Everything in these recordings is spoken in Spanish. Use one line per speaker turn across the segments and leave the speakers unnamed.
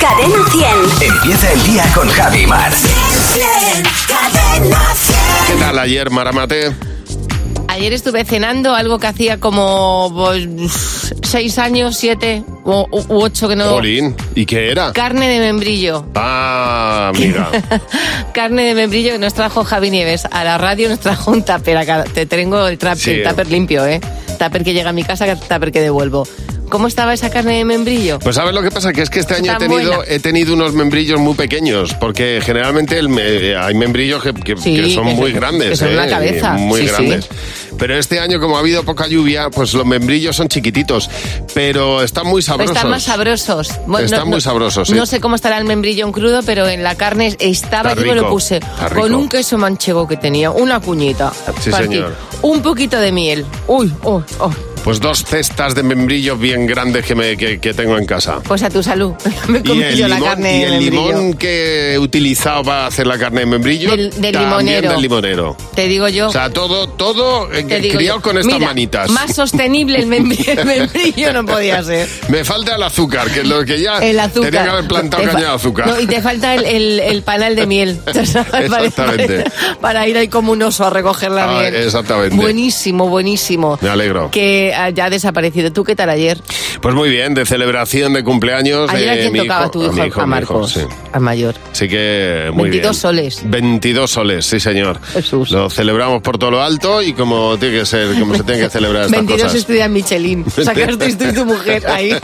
Cadena 100.
Empieza el día con Javi Mar.
Cadena 100.
¿Qué tal ayer, Maramate?
Ayer estuve cenando algo que hacía como pues, seis años, siete u, u ocho que no.
Olin, ¿y qué era?
Carne de membrillo.
Ah, amiga.
Carne de membrillo que nos trajo Javi Nieves. A la radio nos trajo un tupper. acá. Te tengo el, trap-
Sí.
el tupper limpio, ¿eh? Tupper que llega a mi casa, tupper que devuelvo. ¿Cómo estaba esa carne de membrillo?
Pues ¿sabes lo que pasa? Que es que este año he
Tan
tenido,
buena.
he tenido unos membrillos muy pequeños, porque generalmente el me- eh, hay membrillos que, que-
Sí,
que son
que
muy
son-
grandes.
que son
¿eh?
una cabeza.
Muy
Sí, sí.
grandes. Pero este año, como ha habido poca lluvia, pues los membrillos son chiquititos, pero están muy sabrosos.
Están más sabrosos.
Están muy sabrosos, ¿eh? sí.
No sé cómo estará el membrillo en crudo, pero en la carne estaba,
Está
yo me lo
rico,
puse
está rico.
con un queso manchego que tenía, una cuñita.
Sí,
para ti,
señor.
Un poquito de miel. Uy, oh, uy, uy.
Pues dos cestas de membrillos bien grandes que, me, que- que tengo en casa.
Pues a tu salud. Me comí
y el,
yo la
limón,
carne
y
de
el
membrillo.
limón que he utilizado para hacer la carne de membrillo
Del- del
también
limonero.
del limonero.
Te digo yo.
O sea, todo, todo eh,
te digo
criado
yo.
con estas
Mira,
manitas.
Más sostenible el membrillo, el membrillo no podía ser.
Me falta el azúcar, que es lo que ya
El azúcar.
tenía que haber plantado
Te fa-
caña de azúcar.
No, y te falta el, el- el panal de miel. Para-
Exactamente.
Para, para ir ahí como un oso a recoger la
Ah,
miel.
exactamente.
Buenísimo, buenísimo.
Me alegro.
Que ah, ya ha desaparecido. ¿Tú qué tal ayer?
Pues muy bien, de celebración, de cumpleaños.
Ayer
de
a quién
mi
tocaba
hijo-
tu hijo,
mi hijo,
a
mi hijo,
Marcos,
sí.
al mayor.
Así que muy
22
bien.
soles.
22 soles, sí señor.
Jesús.
Lo celebramos por todo lo alto y como tiene que ser, como se tiene que celebrar estas
22
cosas.
estudian Michelin. Sacaste tú y tu mujer ahí.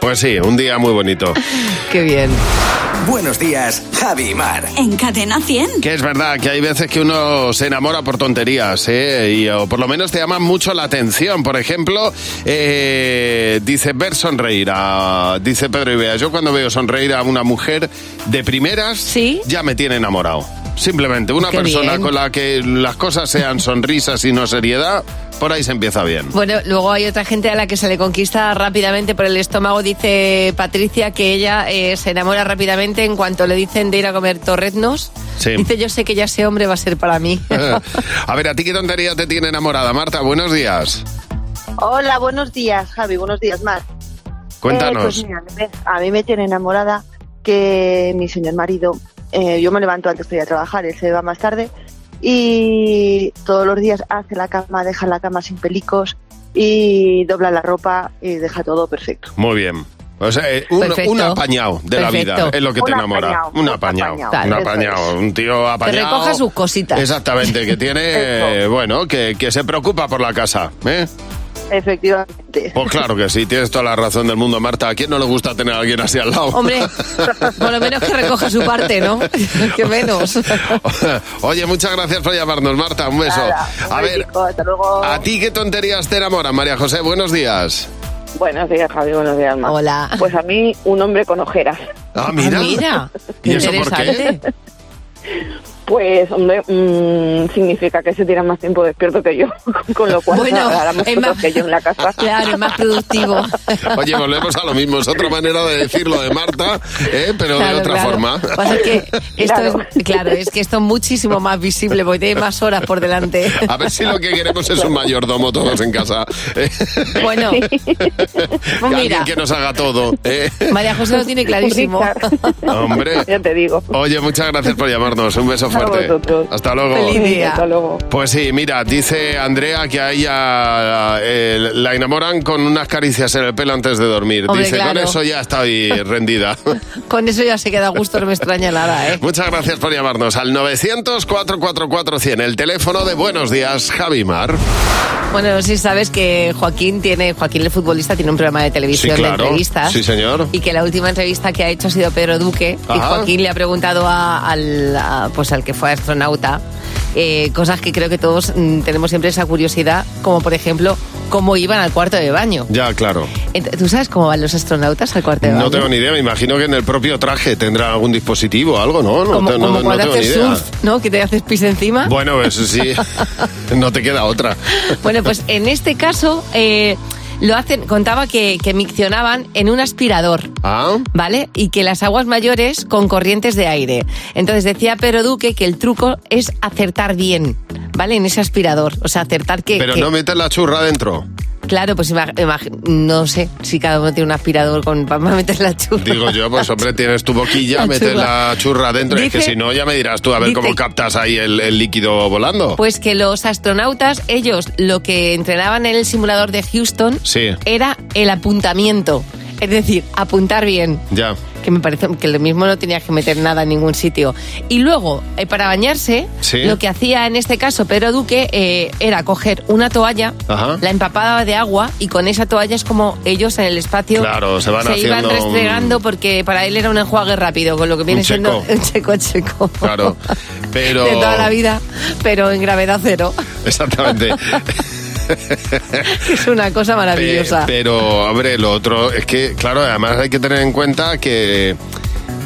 Pues sí, un día muy bonito.
qué bien.
Buenos días, Javi Mar.
En Cadena 100.
Que es verdad que hay veces que uno se enamora por tonterías, ¿eh? Y, o por lo menos te llama mucho la atención. Por ejemplo, eh, dice ver sonreír a. Dice Pedro Ibea. Yo cuando veo sonreír a una mujer de primeras,
¿Sí?
ya me tiene enamorado. Simplemente, una
Qué
persona
bien.
con la que las cosas sean sonrisas y no seriedad, por ahí se empieza bien.
Bueno, luego hay otra gente a la que se le conquista rápidamente por el estómago. Dice Patricia que ella eh, se enamora rápidamente en cuanto le dicen de ir a comer torreznos.
Sí.
Dice, yo sé que ya ese hombre va a ser para mí.
a ver, ¿a ti qué tontería te tiene enamorada? Marta, buenos días.
Hola, buenos días, Javi. Buenos días, Mar. Eh,
Cuéntanos.
pues mira, me- a mí me tiene enamorada que mi señor marido, eh, yo me levanto antes para ir a trabajar, él se va más tarde y todos los días hace la cama, deja la cama sin pelicos y dobla la ropa y deja todo perfecto.
Muy bien. O sea, eh, un,
Perfecto.
un apañado de la
Perfecto.
vida es lo que te
Un
enamora.
apañado,
un
un
apañado.
apañado,
Un
eso
apañado. Un tío apañado.
recoja sus cositas.
Exactamente, que tiene, eh, bueno, que, que se preocupa por la casa. ¿eh?
Efectivamente.
Pues claro que sí, tienes toda la razón del mundo, Marta. ¿A quién no le gusta tener a alguien así al lado?
Hombre, por lo menos que recoja su parte, ¿no? que menos.
Oye, muchas gracias por llamarnos, Marta. Un beso.
Nada, un
a ver,
besico, hasta luego.
¿a ti qué tonterías te enamoran, María José? Buenos días.
Buenos días, Javi. Buenos días, Mar.
Hola.
Pues a mí, un hombre con ojeras.
Ah,
Ah,
mira.
mira,
¿Y eso por qué?
interesante.
Pues, hombre, mm, significa que se tira más tiempo despierto que yo. Con lo cual,
Bueno,
hará más
es
cosas
más-
que yo en la casa.
Claro, es más productivo.
Oye, volvemos a lo mismo. Es otra manera de decirlo de Marta, ¿eh? pero de
Claro,
otra
claro.
forma.
Pasa es que esto
Claro.
es, claro, es que esto es muchísimo más visible porque tiene más horas por delante.
A ver si lo que queremos es un mayordomo todos en casa. Eh,
Bueno, pues
que
mira.
Alguien que nos haga todo. eh.
María José lo tiene clarísimo.
Hombre.
Ya te digo.
Oye, muchas gracias por llamarnos. Un beso fuerte.
vosotros.
Hasta luego.
Feliz día.
Hasta luego.
Pues sí, mira, dice Andrea que a ella eh, la enamoran con unas caricias en el pelo antes de dormir.
Hombre,
dice, con
claro.
eso ya estoy rendida.
Con eso ya se queda a gusto, no me extraña nada, ¿eh?
Muchas gracias por llamarnos al 900-444-100, el teléfono de Buenos Días, Javimar.
Bueno, no sé si sabes que Joaquín tiene, Joaquín el futbolista tiene un programa de televisión
Sí, claro.
de entrevistas.
Sí, señor.
Y que la última entrevista que ha hecho ha sido Pedro Duque y
Ajá.
Joaquín le ha preguntado a- al, a- pues al que fue astronauta eh, cosas que creo que todos mm, tenemos siempre esa curiosidad, como por ejemplo cómo iban al cuarto de baño.
Ya, claro.
Ent- ¿Tú sabes cómo van los astronautas al cuarto de baño?
No tengo ni idea, me imagino que en el propio traje tendrá algún dispositivo o algo, ¿no? No,
como,
te- no-
como
no
cuando
tengo ni
haces
idea.
surf, ¿no? Que te haces pis encima.
Bueno, eso sí, no te queda otra.
Bueno, pues en este caso eh, lo hacen, contaba que, que miccionaban en un aspirador.
Ah,
¿Vale? Y que las aguas mayores con corrientes de aire. Entonces decía Pedro Duque que el truco es acertar bien, ¿vale? En ese aspirador. O sea, acertar que.
pero
que-
no metes la churra dentro.
Claro, pues ima- imagi- no sé si cada uno tiene un aspirador con, para meter la churra.
Digo yo, pues hombre, tienes tu boquilla,
La
metes
churra.
la churra dentro. es que
Dice-
si no, ya me dirás tú a ver
dice-
cómo captas ahí el, el líquido volando.
Pues que los astronautas, ellos lo que entrenaban en el simulador de Houston
Sí.
era el apuntamiento. Es decir, apuntar bien.
Ya.
Que me parece que lo mismo no tenías que meter nada en ningún sitio. Y luego, eh, para bañarse,
Sí.
lo que hacía en este caso Pedro Duque eh, era coger una toalla,
Ajá.
la empapaba de agua y con esa toalla es como ellos en el espacio
Claro, se van
iban
haciendo un-
restregando porque para él era un enjuague rápido, con lo que viene
Un
siendo
checo.
un checo checo.
Claro. Pero.
De toda la vida, pero en gravedad cero.
Exactamente.
Es una cosa maravillosa.
Pe- Pero, hombre, lo otro es que, claro, además hay que tener en cuenta que,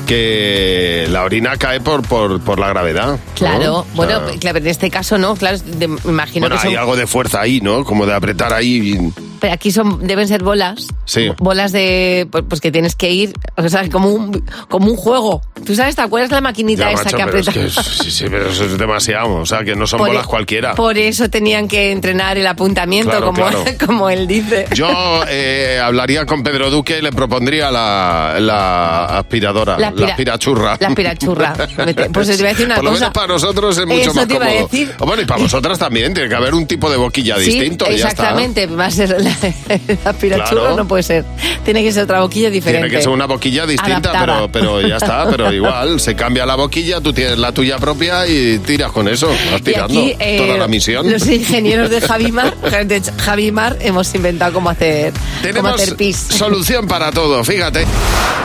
que la orina cae por, por, por la gravedad. ¿no?
Claro,
O sea,
bueno, claro, en este caso no, claro, de- me imagino
bueno,
que son,
hay algo de fuerza ahí, ¿no? Como de apretar ahí.
pero aquí son deben ser bolas,
Sí.
bolas de pues, pues que tienes que ir, o sea, como un como un juego. ¿Tú sabes te acuerdas la maquinita
Ya,
esa
macho,
que
pero es
aprieta?
que es- sí, sí, pero eso es demasiado. O sea, que no son
Por- e-
bolas cualquiera.
Por eso tenían que entrenar el apuntamiento,
Claro,
como,
claro.
como él dice.
Yo eh, hablaría con Pedro Duque y le propondría la, la aspiradora, la,
aspira-
aspirachurra.
La aspirachurra. Mete- Pues te voy a decir una
Por lo
cosa.
menos para nosotros es mucho
Eso
más
te iba a
cómodo.
decir.
O bueno, y para vosotras también, tiene que haber un tipo de boquilla
Sí,
distinto. y ya está.
exactamente. Va a ser la, la aspirachurra
Claro.
no puede ser. Tiene que ser otra boquilla diferente.
Tiene que ser una boquilla distinta,
Adaptada.
pero, pero ya está, pero igual, se cambia la boquilla, tú tienes la tuya propia y tiras con eso, vas
Y
tirando
aquí, eh,
toda la misión.
Los ingenieros de Javimar, de Javimar hemos inventado cómo hacer, cómo
Tenemos
hacer pis.
solución para todo, fíjate.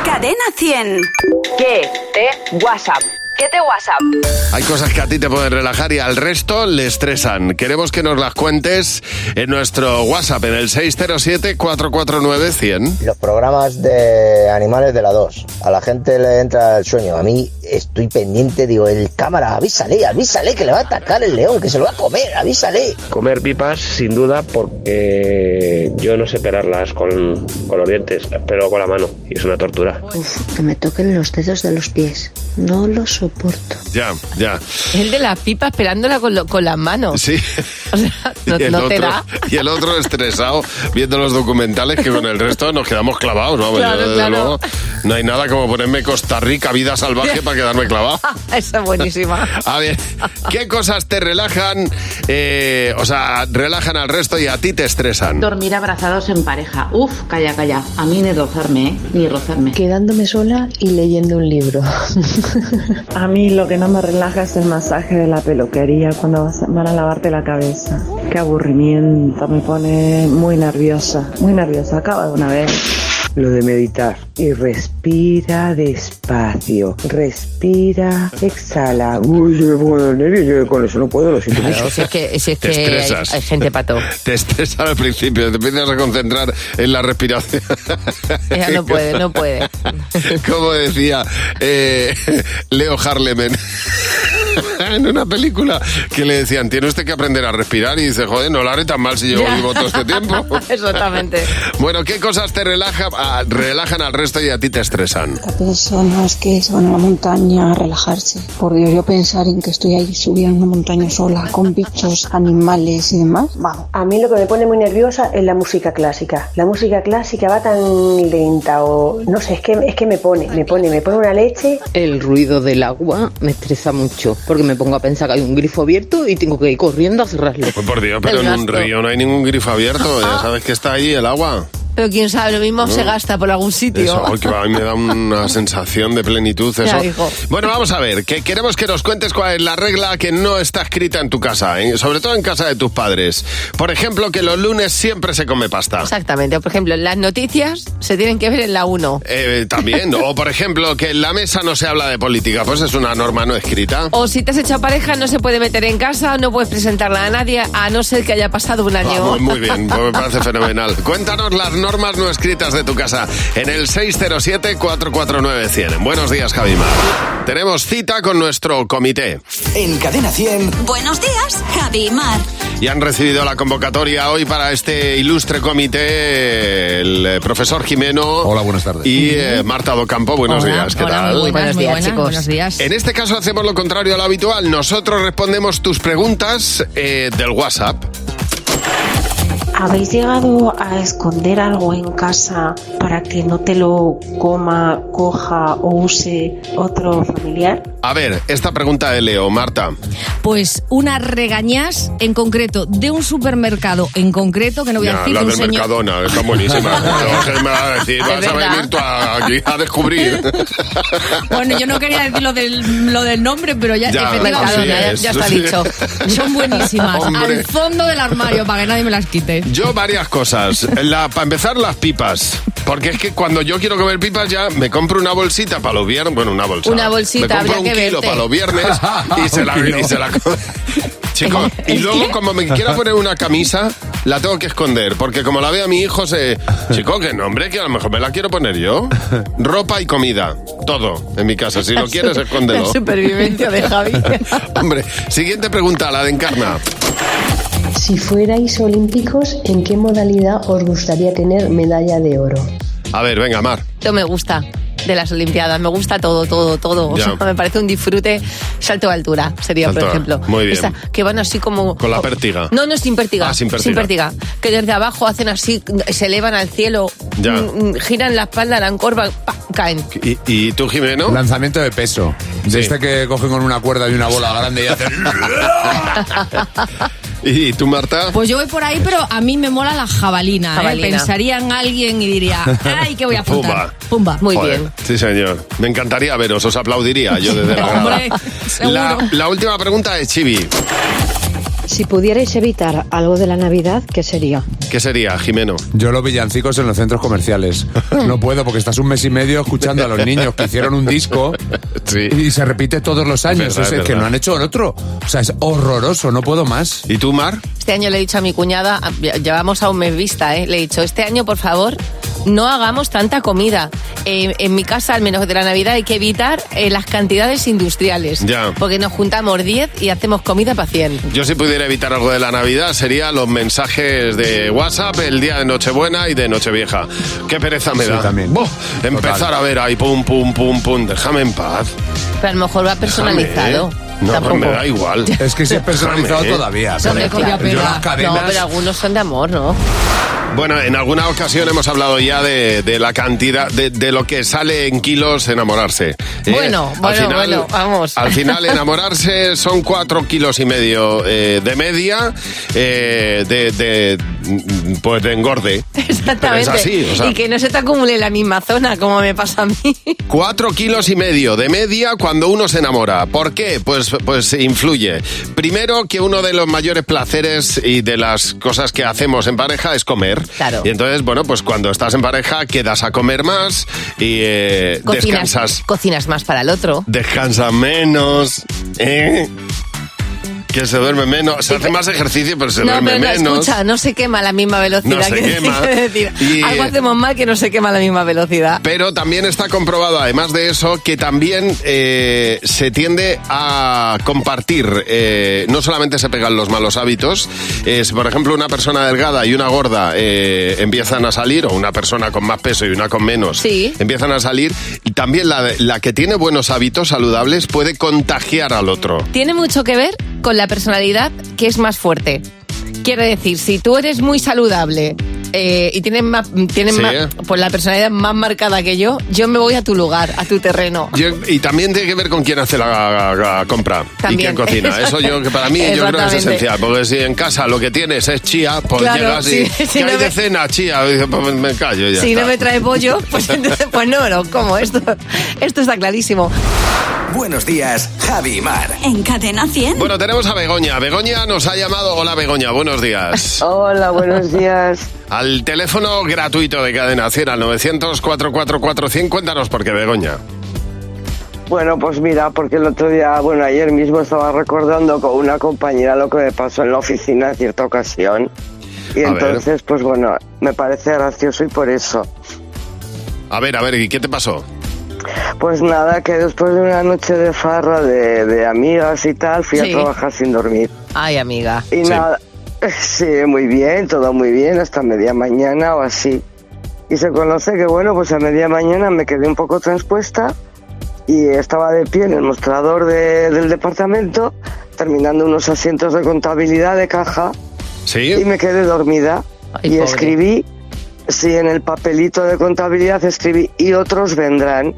Cadena 100.
¿Qué te WhatsApp? ¿Qué te WhatsApp?
Hay cosas que a ti te pueden relajar y al resto le estresan. Queremos que nos las cuentes en nuestro WhatsApp, en el 607-449-100.
Los programas de animales de la 2. A la gente le entra el sueño. A mí estoy pendiente, digo, el cámara, avísale, avísale que le va a atacar el león, que se lo va a comer, avísale.
Comer pipas, sin duda, porque yo no sé pelarlas con, con los dientes, pero con la mano, y es una tortura.
Uf, que me toquen los dedos de los pies. No lo soporto.
Ya, ya.
El de las pipas esperándola con, lo- con las manos.
Sí.
O sea, no,
Y el
no te
otro-
da.
Y el otro estresado viendo los documentales que con el resto nos quedamos clavados. Vamos,
Claro,
yo, desde
claro.
luego, no hay nada como ponerme Costa Rica, vida salvaje, para quedarme clavado.
Esa es buenísima.
A ver, ¿qué cosas te relajan? eh, o sea, relajan al resto y a ti te estresan.
Dormir abrazados en pareja. Uf, calla, calla. A mí ni rozarme, ¿eh? Ni rozarme.
Quedándome sola y leyendo un libro.
A mí lo que no me relaja es el masaje de la peluquería cuando vas- van a lavarte la cabeza. Qué aburrimiento, me pone muy nerviosa, muy nerviosa. Acaba de una vez.
Lo de meditar. Y respira despacio. Respira, exhala. Ah, Uy, yo me pongo los nervios, yo con eso no puedo, lo siento mucho.
Claro, si es que, si es
Te
que hay,
estresas.
hay gente pato.
Te estresa al principio, te empiezas a concentrar en la respiración.
Ella no puede, no puede.
Como decía eh, Leo Harlemen en una película que le decían, tiene usted que aprender a respirar y dice, joder, no lo haré tan mal si llevo
Ya.
vivo todo este tiempo.
Exactamente.
Bueno, ¿qué cosas te relaja, ah, relajan al resto y a ti te estresan?
personas que se van a la montaña a relajarse. Por Dios, yo pensar en que estoy ahí subida en una montaña sola, con bichos, animales y demás. Vamos.
A mí lo que me pone muy nerviosa es la música clásica. La música clásica va tan lenta o no sé, es que, es que me pone, me pone, me pone una leche.
El ruido del agua me estresa mucho porque me pongo a pensar que hay un grifo abierto y tengo que ir corriendo a cerrarlo.
Pues por Dios, pero
El
en un
gasto.
río no hay ningún grifo abierto, ya sabes que está ahí el agua.
Pero quién sabe, lo mismo
No.
se gasta por algún sitio.
Mm. Eso, ay, que a mí me da una sensación de plenitud eso.
Ya, hijo.
Bueno, vamos a ver, que queremos que nos cuentes cuál es la regla que no está escrita en tu casa, ¿eh? sobre todo en casa de tus padres. Por ejemplo, que los lunes siempre se come pasta.
Exactamente. Por ejemplo, las noticias se tienen que ver en la 1.
Eh, también, o por ejemplo, que en la mesa no se habla de política, pues es una norma no escrita.
O si te has hecho pareja, no se puede meter en casa, no puedes presentarla a nadie, a no ser que haya pasado un año.
Vamos, Ah, muy bien, pues me parece fenomenal. Cuéntanos las normas no escritas de tu casa en el 607-449-100. Buenos días, Javimar. Tenemos cita con nuestro comité.
En Cadena 100.
Buenos días, Javi y Mar.
Y han recibido la convocatoria hoy para este ilustre comité el eh, profesor Jimeno. Hola, buenas tardes. Y eh, Marta Docampo, buenos
Hola,
días, ¿qué
hola,
tal?
muy buenas, Buenos muy días, buenas, chicos. buenos días.
En este caso hacemos lo contrario a lo habitual. Nosotros respondemos tus preguntas eh, del WhatsApp.
¿Habéis llegado a esconder algo en casa para que no te lo coma, coja o use otro familiar?
A ver, esta pregunta de Leo, Marta.
Pues unas regañas en concreto de un supermercado en concreto que no voy a
Ya,
decir
las
de un
del
señor.
Mercadona, están buenísimas. No sé qué me vas a decir,
Es
vas a
verdad.
venir tú a- aquí a descubrir.
Bueno, yo no quería decir lo del, lo del nombre, pero ya,
Ya,
efectivamente,
así
ya,
es.
ya está dicho. Son buenísimas.
Hombre.
Al fondo del armario para que nadie me las quite.
Yo varias cosas. La, para empezar, las pipas. Porque es que cuando yo quiero comer pipas ya me compro una bolsita para los viernes. Bueno, una bolsa.
Una
Me
bolsita,
compro
habría
un
que
kilo
verte.
para los viernes y se la...
Un kilo.
Y se la co- Chicos, y luego como me quiera poner una camisa, la tengo que esconder. Porque como la ve a mi hijo, se... Chico, que nombre, que a lo mejor me la quiero poner yo. Ropa y comida. Todo en mi casa. Si lo quieres, escóndelo.
La supervivencia de Javi.
Hombre, siguiente pregunta, la de Encarna.
Si fuerais olímpicos, ¿en qué modalidad os gustaría tener medalla de oro?
A ver, venga, Mar.
Yo me gusta de las Olimpiadas, me gusta todo, todo, todo. O
Ya.
sea, me parece un disfrute. Salto de altura sería,
Salto
por
de-
ejemplo.
muy bien.
Esa, que van así como. Oh.
Con la pértiga.
No, no, sin pértiga.
Ah, sin pértiga.
Que desde abajo hacen así, se elevan al cielo,
Ya.
mm, mm, giran la espalda, la encorvan, pa, caen.
¿Y, y tú, Jimeno?
Lanzamiento de peso. De este que cogen con una cuerda y una bola grande y hacen...
¿Y tú, Marta?
Pues yo voy por ahí, pero a mí me mola la jabalina. ¿eh?
Jabalina.
Pensaría en alguien y diría, ay, que voy a apuntar. Pumba.
Joder, Sí, señor. Me encantaría veros, os aplaudiría yo desde la grada.
Hombre,
La, la última pregunta es Chibi.
Si pudierais evitar algo de la Navidad, ¿qué sería?
¿Qué sería, Jimeno?
Yo los villancicos en los centros comerciales. No puedo porque estás un mes y medio escuchando a los niños que hicieron un disco y se repite todos los años.
Verdad,
o sea, es
verdad.
que no han hecho otro. O sea, es horroroso, no puedo más.
¿Y tú, Mar?
Este año le he dicho a mi cuñada, a- ya- llevamos a un mes vista, ¿eh? le he dicho, este año por favor no hagamos tanta comida. Eh, en mi casa, al menos de la Navidad, hay que evitar eh, las cantidades industriales.
Ya.
Porque nos juntamos 10 y hacemos comida para 100.
Yo si pudiera evitar algo de la Navidad sería los mensajes de WhatsApp el día de Nochebuena y de Nochevieja. Qué pereza me
Sí,
da.
también.
Buh, empezar
Total.
a ver ahí, pum, pum, pum, pum, déjame en paz.
Pero a lo mejor va
Déjame,
personalizado.
¿eh? No,
Tampoco.
me da igual.
Es que si es personalizado
Déjame, ¿eh?
todavía.
Son de
Yo
copia-pega.
las cadenas-
No, pero algunos son de amor, ¿no?
Bueno, en alguna ocasión hemos hablado ya de, de la cantidad, de, de lo que sale en kilos enamorarse. ¿eh?
Bueno,
Al
bueno,
final-
bueno, vamos.
Al final, enamorarse son cuatro kilos y medio eh, de media eh, de, de, mm, pues de engorde.
Exactamente.
Pero es así, o sea-
Y que no se te acumule en la misma zona, como me pasa a mí.
Cuatro kilos y medio de media cuando uno se enamora. ¿Por qué? Pues, pues influye. Primero que uno de los mayores placeres y de las cosas que hacemos en pareja es comer.
Claro.
Y entonces, bueno, pues cuando estás en pareja quedas a comer más y eh, descansas.
cocinas más para el otro.
Descansas menos. ¿eh? Que se duerme menos. Se hace más ejercicio, pero se
no,
duerme
pero no,
menos.
escucha, no se quema a la misma velocidad.
No se
que
quema.
quiero decir,
Y,
algo
eh,
hacemos mal que no se quema a la misma velocidad.
Pero también está comprobado, además de eso, que también eh, se tiende a compartir. eh, no solamente se pegan los malos hábitos. eh, si, por ejemplo, una persona delgada y una gorda eh, empiezan a salir, o una persona con más peso y una con menos, empiezan a salir. Y también la, la que tiene buenos hábitos saludables puede contagiar al otro.
Tiene mucho que ver con la personalidad que es más fuerte. Quiero decir, si tú eres muy saludable eh, y tienes, más, tienes
Sí.
más- pues la personalidad más marcada que yo, yo me voy a tu lugar, a tu terreno.
Yo- y también tiene que ver con quién hace la, la- la compra
También.
y quién cocina. Eso yo que para mí yo creo que es
Exactamente.
esencial, porque si en casa lo que tienes es chía, pues
Claro,
llegas y
si- si
¿qué
no
hay de
me-
cena chía, Y dices, pues me, me callo ya.
si
está.
no me trae pollo, pues, entonces, pues no me lo como. Esto, esto está clarísimo.
Buenos días, Javi y Mar.
En Cadena 100.
Bueno, tenemos a Begoña. Begoña nos ha llamado. Hola Begoña, buenos días.
Hola, buenos días.
Al teléfono gratuito de Cadena 100 al 900 444 100. Cuéntanos por qué Begoña.
Bueno, pues mira, porque el otro día, bueno, ayer mismo estaba recordando con una compañera lo que me pasó en la oficina en cierta ocasión. Y
A ver.
entonces, pues bueno, me parece gracioso y por eso.
A ver, a ver, ¿y qué te pasó?
Pues nada, que después de una noche de farra de, de amigas y tal, fui
Sí.
a trabajar sin dormir.
Ay, amiga.
Y nada, sí, muy bien, todo muy bien, hasta media mañana o así. Y se conoce que, bueno, pues a media mañana me quedé un poco transpuesta y estaba de pie en el mostrador de- del departamento, terminando unos asientos de contabilidad de caja.
Sí.
Y me quedé dormida.
El
y
pobre.
escribí, sí, en el papelito de contabilidad escribí, y otros vendrán.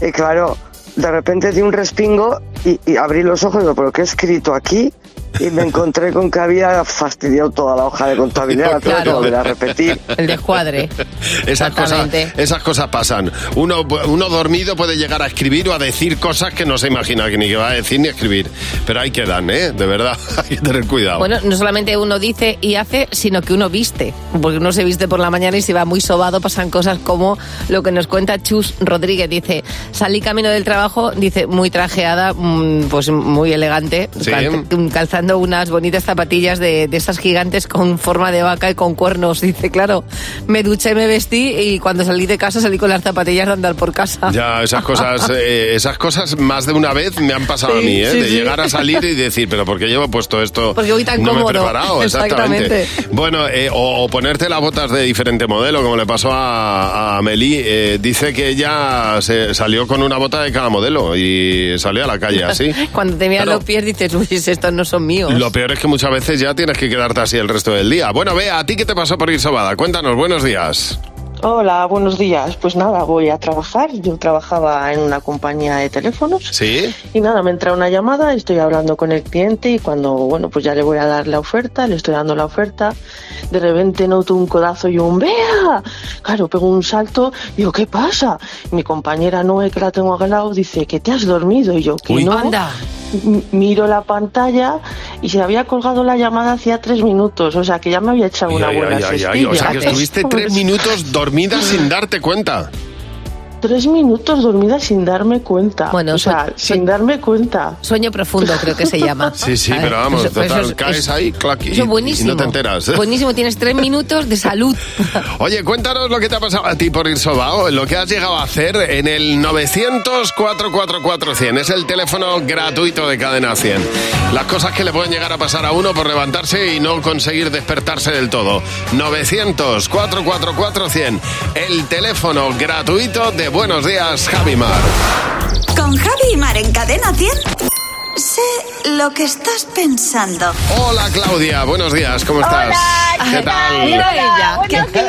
Y claro, de repente di un respingo y, y abrí los ojos y digo, ¿pero qué he escrito aquí? Y me encontré con que había fastidiado toda la hoja de contabilidad, la tuve que volver a repetir.
El descuadre.
Esas cosas,
Exactamente.
esas cosas pasan. Uno, uno dormido puede llegar a escribir o a decir cosas que no se imagina que ni que va a decir ni a escribir. Pero ahí quedan, ¿eh? De verdad, hay que tener cuidado.
Bueno, no solamente uno dice y hace, sino que uno viste. Porque uno se viste por la mañana y si va muy sobado pasan cosas como lo que nos cuenta Chus Rodríguez. Dice, salí camino del trabajo, dice, muy trajeada, mm, pues muy elegante,
Sí.
calz- calzando unas bonitas zapatillas de, de esas gigantes con forma de vaca y con cuernos. Dice, claro, me duché, me vestí y cuando salí de casa salí con las zapatillas de andar por casa.
Ya, esas cosas, eh, esas cosas más de una vez me han pasado a
Sí,
mí, ¿eh?
sí,
de
sí.
llegar a salir y decir, pero ¿por qué llevo puesto esto?
Porque voy tan
no
cómodo.
Me he preparado, exactamente.
Exactamente.
Bueno, eh, o, o ponerte las botas de diferente modelo, como le pasó a, a Meli. eh, dice que ella se salió con una bota de cada modelo y salió a la calle así.
Cuando te miras
Claro.
los pies dices, uy, estos no son míos.
Lo peor es que muchas veces ya tienes que quedarte así el resto del día. Bueno, ve, ¿a ti qué te pasó por ir sobada? Cuéntanos, buenos días.
Hola, buenos días. Pues nada, voy a trabajar. Yo trabajaba en una compañía de teléfonos
¿Sí?
y nada, me entra una llamada, estoy hablando con el cliente y cuando, bueno, pues ya le voy a dar la oferta, le estoy dando la oferta, de repente noto un codazo y un ¡vea! Claro, pego un salto y digo, ¿qué pasa? Mi compañera Noé, que la tengo al lado, dice, que te has dormido y yo, que
Uy.
no.
Anda.
M- Miro la pantalla y se había colgado la llamada hacía tres minutos, o sea que ya me había echado una
Ay, ay,
buena
ay, ay,
siestilla.
ay, O sea, que estuviste tres minutos dormida sin darte cuenta.
Tres minutos dormida sin darme cuenta.
Bueno,
o sea,
sue-
sin darme cuenta.
Sueño profundo, creo que se llama.
Sí, sí,
¿Sabes?
pero vamos,
Eso-
total,
eso es-
caes
eso-
ahí, clac, y,
eso es
y
buenísimo.
no te enteras.
Buenísimo, tienes tres minutos de salud.
Oye, cuéntanos lo que te ha pasado a ti por ir sobao, lo que has llegado a hacer en el 900-444-100. Es el teléfono gratuito de Cadena 100. Las cosas que le pueden llegar a pasar a uno por levantarse y no conseguir despertarse del todo. 900-444-100. El teléfono gratuito de Buenos Días, Javimar.
Con Javi y Mar en Cadena 100. Sé lo que estás pensando.
Hola, Claudia. Buenos días, ¿cómo estás? ¿Qué tal?
Mira ella.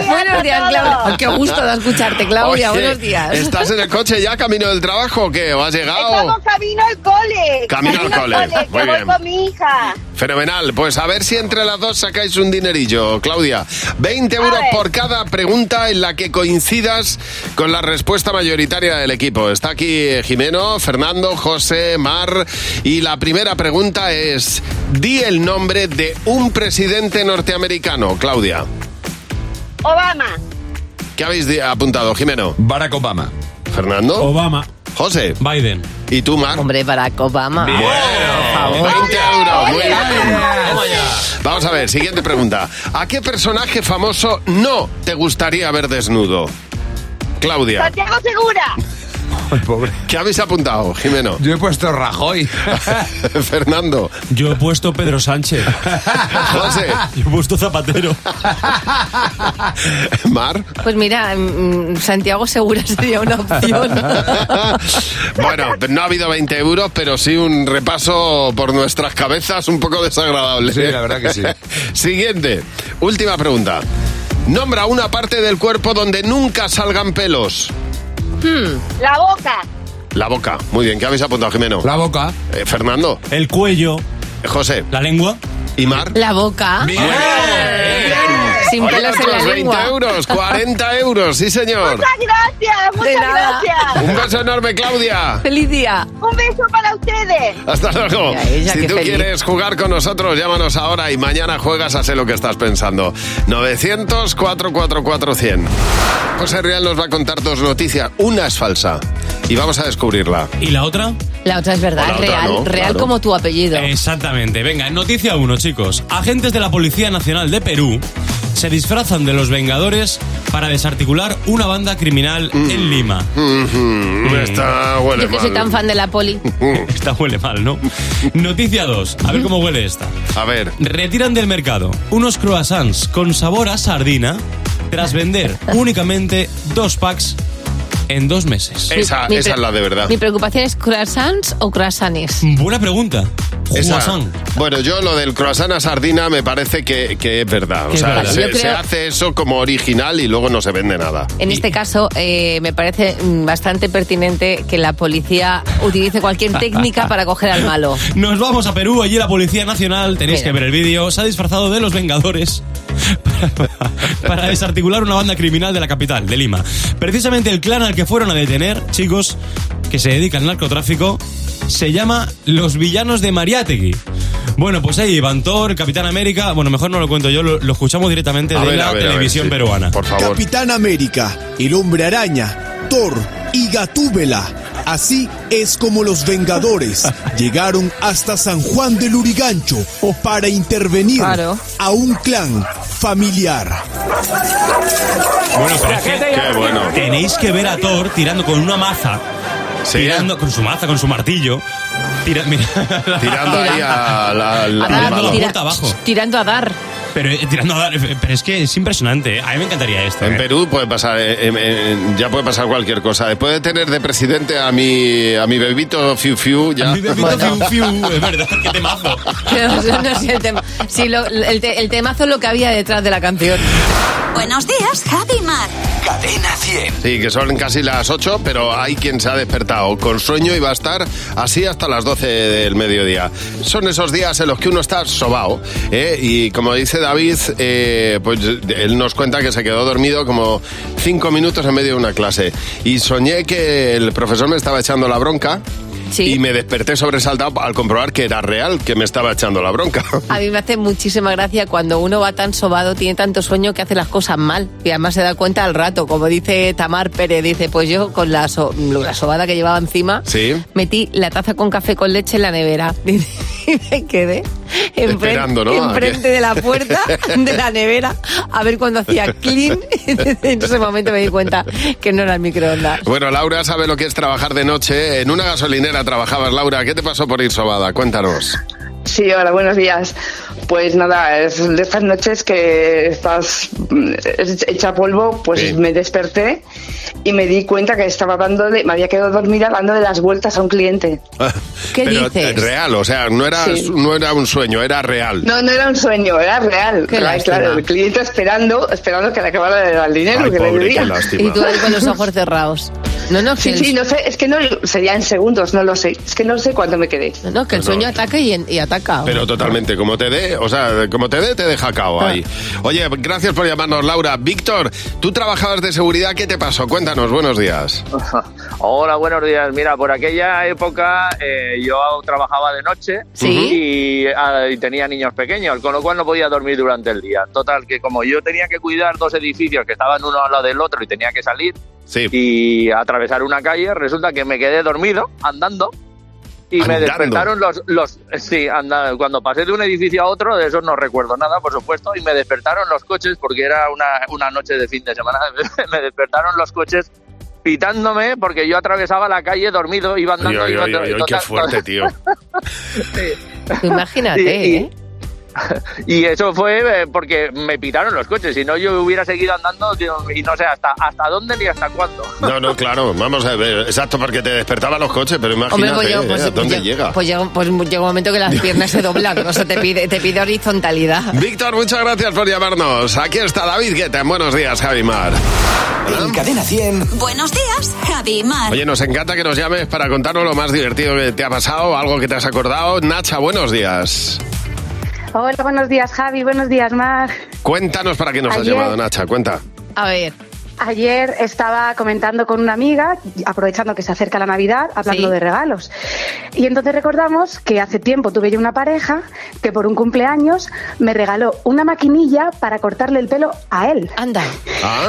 Buenos días, Claudia. Qué gusto de escucharte, Claudia.
Oye,
Buenos días.
¿Estás en el coche ya camino del trabajo o qué? ¿O has llegado?
Estamos camino al cole.
Camino al cole,
que
muy
voy
bien.
con mi hija.
Fenomenal. Pues a ver si entre las dos sacáis un dinerillo, Claudia. 20 euros por cada pregunta en la que coincidas con la respuesta mayoritaria del equipo. Está aquí eh, Jimeno, Fernando, José, Mar. Y la primera pregunta es: di el nombre de un presidente norteamericano, Claudia.
Obama,
¿Qué habéis di- apuntado, Jimeno?
Barack Obama.
Fernando.
Obama.
José.
Biden.
¿Y tú, Mar?
Hombre, Barack Obama.
Bueno, 20 euros. Muy bien. Vamos a ver, siguiente pregunta. ¿A qué personaje famoso no te gustaría ver desnudo? Claudia.
Santiago Segura,
¿Qué habéis apuntado, Jimeno?
Yo he puesto Rajoy.
Fernando.
Yo he puesto Pedro Sánchez.
José.
Yo he puesto Zapatero.
Mar.
Pues mira, mm, Santiago Segura sería una opción.
Bueno, no ha habido 20 euros, pero sí un repaso por nuestras cabezas un poco desagradable.
Sí, la verdad que sí.
Siguiente, última pregunta. Nombra una parte del cuerpo donde nunca salgan pelos.
Hmm.
la boca,
La boca. Muy bien, ¿qué habéis apuntado, Jimeno? Eh,
La boca.
Fernando. Eh,
El cuello.
José.
La lengua.
¿Y Mar?
La boca. Sin
Oye,
pelos en
otros
la
20
lengua.
euros, 40 euros, sí señor.
muchas gracias, muchas
nada.
gracias.
Un beso enorme, Claudia.
Feliz día.
Un beso para ustedes.
Hasta luego.
Ya, ella,
si
qué
tú
feliz.
quieres jugar con nosotros, llámanos ahora y mañana juegas a sé lo que estás pensando. 900 444 100. José Real nos va a contar dos noticias. Una es falsa y vamos a descubrirla.
¿Y la otra?
La otra es
O
verdad,
la otra
real,
no,
real
claro.
como tu apellido.
Exactamente. Venga, en noticia 1, chicos. Agentes de la Policía Nacional de Perú se disfrazan de los Vengadores para desarticular una banda criminal
Mm.
en Lima.
Está
Yo que soy tan fan de la poli.
Esta huele mal, ¿no? Noticia 2. A ver cómo huele esta.
A ver.
Retiran del mercado unos ¿eh? croissants con sabor a sardina tras vender únicamente dos packs en dos meses.
Esa-
Mi
esa
pre-
es la de verdad.
Mi preocupación es croissants o croissanes.
Buena pregunta.
Esa-
Croissant.
bueno, yo lo del croissant a sardina me parece que, que es verdad. O
Que es
sea,
verdad.
Se,
Yo creo-
se hace eso como original y luego no se vende nada.
En este caso, eh, me parece mm, bastante pertinente que la policía utilice cualquier técnica para coger al malo.
Nos vamos a Perú, allí la Policía Nacional, tenéis
Mira.
que ver el vídeo, se ha disfrazado de los Vengadores para, para desarticular una banda criminal de la capital, de Lima. Precisamente el clan al que fueron a detener, chicos, que se dedica al narcotráfico, se llama Los Villanos de Mariátegui. Bueno, pues ahí, Iván Thor, Capitán América, bueno, mejor no lo cuento yo, lo, lo escuchamos directamente
A
de
ver,
la
a ver, a ver,
televisión
sí.
peruana.
Por favor.
Capitán América, el hombre araña, Thor y Gatúbela. Así es como los Vengadores llegaron hasta San Juan del Urigancho para intervenir a un clan familiar.
Bueno, pero es que- Tenéis que ver a Thor tirando con una maza. Tirando con su maza, con su martillo. Tira- mira.
Tirando ahí a la- la-
Tirando
al malo.
la
Tira-
puerta abajo.
Tirando a dar.
Pero, eh, tirando a dar- eh, pero es que es impresionante. eh. A mí me encantaría esto.
En
eh.
Perú puede pasar, eh, em, em, ya puede pasar cualquier cosa. Después de tener de presidente a mi, a mi bebito Fiu Fiu, ya.
Mi bebito fiu, fiu, es verdad, qué temazo.
No, sé- no sé el tema. Sí, lo- el, te- el temazo es lo que había detrás de la canción.
Buenos días, Javi y Mar.
Cadena 100.
Sí, que son casi las 8, pero hay quien se ha despertado con sueño y va a estar así hasta las 12 del mediodía. Son esos días en los que uno está sobao. ¿eh? Y como dice David, eh, pues él nos cuenta que se quedó dormido como 5 minutos en medio de una clase. Y soñé que el profesor me estaba echando la bronca. Y me desperté sobresaltado al comprobar que era real, que me estaba echando la bronca.
A mí me hace muchísima gracia cuando uno va tan sobado, tiene tanto sueño que hace las cosas mal y además se da cuenta al rato. Como dice Tamar Pérez, dice, pues yo con la, so- la sobada que llevaba encima,
Sí.
metí la taza con café con leche en la nevera y me quedé enfren-
Esperando, ¿no?
enfrente de la puerta de la nevera a ver cuando hacía clean. en ese momento me di cuenta que no era el microondas.
Bueno, Laura sabe lo que es trabajar de noche. En una gasolinera trabajabas, Laura. ¿Qué te pasó por ir sobada? Cuéntanos.
Sí, hola, buenos días. Pues nada, es de estas noches que estás mm, hecha polvo, pues me desperté y me di cuenta que estaba dando de, me había quedado dormida dando de las vueltas a un cliente. ¿Qué
Pero
dices?
real, o sea, no era,
Sí.
no era un sueño, era real.
No, no era un sueño, era real.
Qué
Claro,
lástima.
claro, el cliente esperando, esperando que le acabara de dar el dinero
Ay,
que
pobre,
le debía.
qué lástima.
Y tú ahí con los ojos cerrados. No, no,
Sí,
que el-
sí, no sé, es que no, sería en segundos, no lo sé, es que no sé cuándo me quedé.
no, que el
Bueno.
sueño ataca y, en- y ataca.
Pero totalmente, como te dé, o sea, como te dé, te deja cao
Ah.
ahí. Oye, gracias por llamarnos, Laura. Víctor, tú trabajabas de seguridad, ¿qué te pasó? Cuéntanos, buenos días.
Hola, buenos días. Mira, por aquella época eh, yo trabajaba de noche y, ah, y tenía niños pequeños, con lo cual no podía dormir durante el día. Total, que como yo tenía que cuidar dos edificios que estaban uno al lado del otro y tenía que salir y atravesar una calle, resulta que me quedé dormido andando y me
Andando.
despertaron los, los sí anda- cuando pasé de un edificio a otro de eso no recuerdo nada por supuesto y me despertaron los coches porque era una, una noche de fin de semana me despertaron los coches pitándome porque yo atravesaba la calle dormido iba
Oye,
andando
oye,
iba
oye,
andando,
oye,
y
qué
total-
fuerte, tío.
Imagínate,
Sí, y-
¿eh?
y eso fue eh, porque me pitaron los coches si no yo hubiera seguido andando tío, y no sé hasta hasta dónde ni hasta cuándo
No, no, claro, vamos a ver. Exacto, porque te despertaban los coches, pero imagínate,
Hombre, pues yo-
¿eh?
pues-
¿a dónde
pues yo-
llega?
Pues llega, pues llega un momento que las piernas se doblan, o sea, te pide, te pide horizontalidad.
Víctor, muchas gracias por llamarnos. Aquí está David Guetta. en Buenos días, Javimar.
En Cadena 100.
Buenos días, Javi y Mar.
Oye, nos encanta que nos llames para contarnos lo más divertido que te ha pasado, algo que te has acordado. Nacha, buenos días.
Hola, buenos días Javi, buenos días Mar.
Cuéntanos para qué nos has
Ayer-
llamado, Nacha, cuenta.
A ver.
Ayer estaba comentando con una amiga, aprovechando que se acerca la Navidad, hablando de regalos. Y entonces recordamos que hace tiempo tuve yo una pareja que por un cumpleaños me regaló una maquinilla para cortarle el pelo a él.
Anda.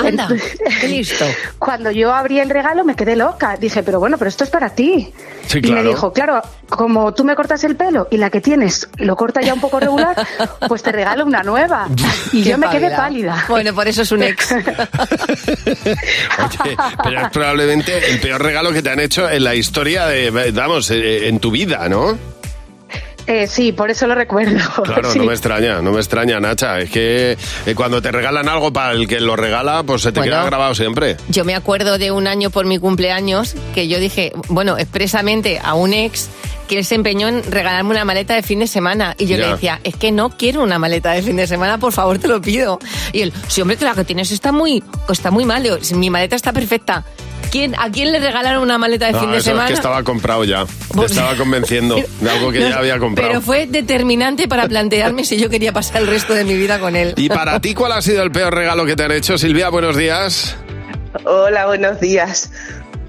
Anda,
qué listo.
Cuando yo abrí el regalo me quedé loca. Dije, pero bueno, pero esto es para ti.
Sí,
Y
claro.
me dijo, claro, como tú me cortas el pelo y la que tienes lo corta ya un poco regular, pues te regalo una nueva. Y
Qué
yo me quedé
pálida.
pálida.
Bueno, por eso es un ex.
Oye, pero es probablemente el peor regalo que te han hecho en la historia de, vamos, eh, en tu vida, ¿no?
Eh, sí, por eso lo recuerdo.
Claro,
sí.
no me extraña, no me extraña, Nacha. Es que eh, cuando te regalan algo para el que lo regala, pues se te
Bueno.
queda grabado siempre.
Yo me acuerdo de un año por mi cumpleaños que yo dije, bueno, expresamente a un ex que él se empeñó en regalarme una maleta de fin de semana. Y yo
Ya.
le decía, es que no quiero una maleta de fin de semana, por favor, te lo pido. Y él, sí, hombre, que la que tienes está muy, está muy mal. Digo, "Si mi maleta está perfecta. ¿Quién, ¿A quién le regalaron una maleta de
No,
fin de
eso
semana? Pues-
es que estaba comprado ya. Te estaba convenciendo de algo que
No,
ya había comprado.
Pero fue determinante para plantearme si yo quería pasar el resto de mi vida con él.
¿Y para ti cuál ha sido el peor regalo que te han hecho, Silvia? Buenos días.
Hola, buenos días.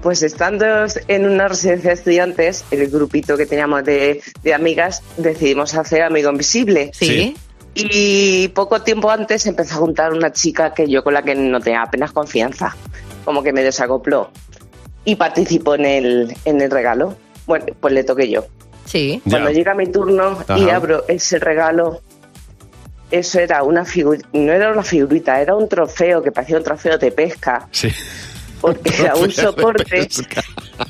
Pues estando en una residencia de estudiantes, el grupito que teníamos de, de amigas decidimos hacer Amigo Invisible.
Sí.
Y poco tiempo antes empezó a juntar una chica que yo con la que no tenía apenas confianza, como que me desacopló y participó en el, en el regalo. Bueno, pues le toqué yo.
Sí.
Cuando llega mi turno y
Ajá.
abro ese regalo, eso era una figurita, no era una figurita, era un trofeo que parecía un trofeo de pesca.
Sí.
Porque era un
Trofeo de
soporte,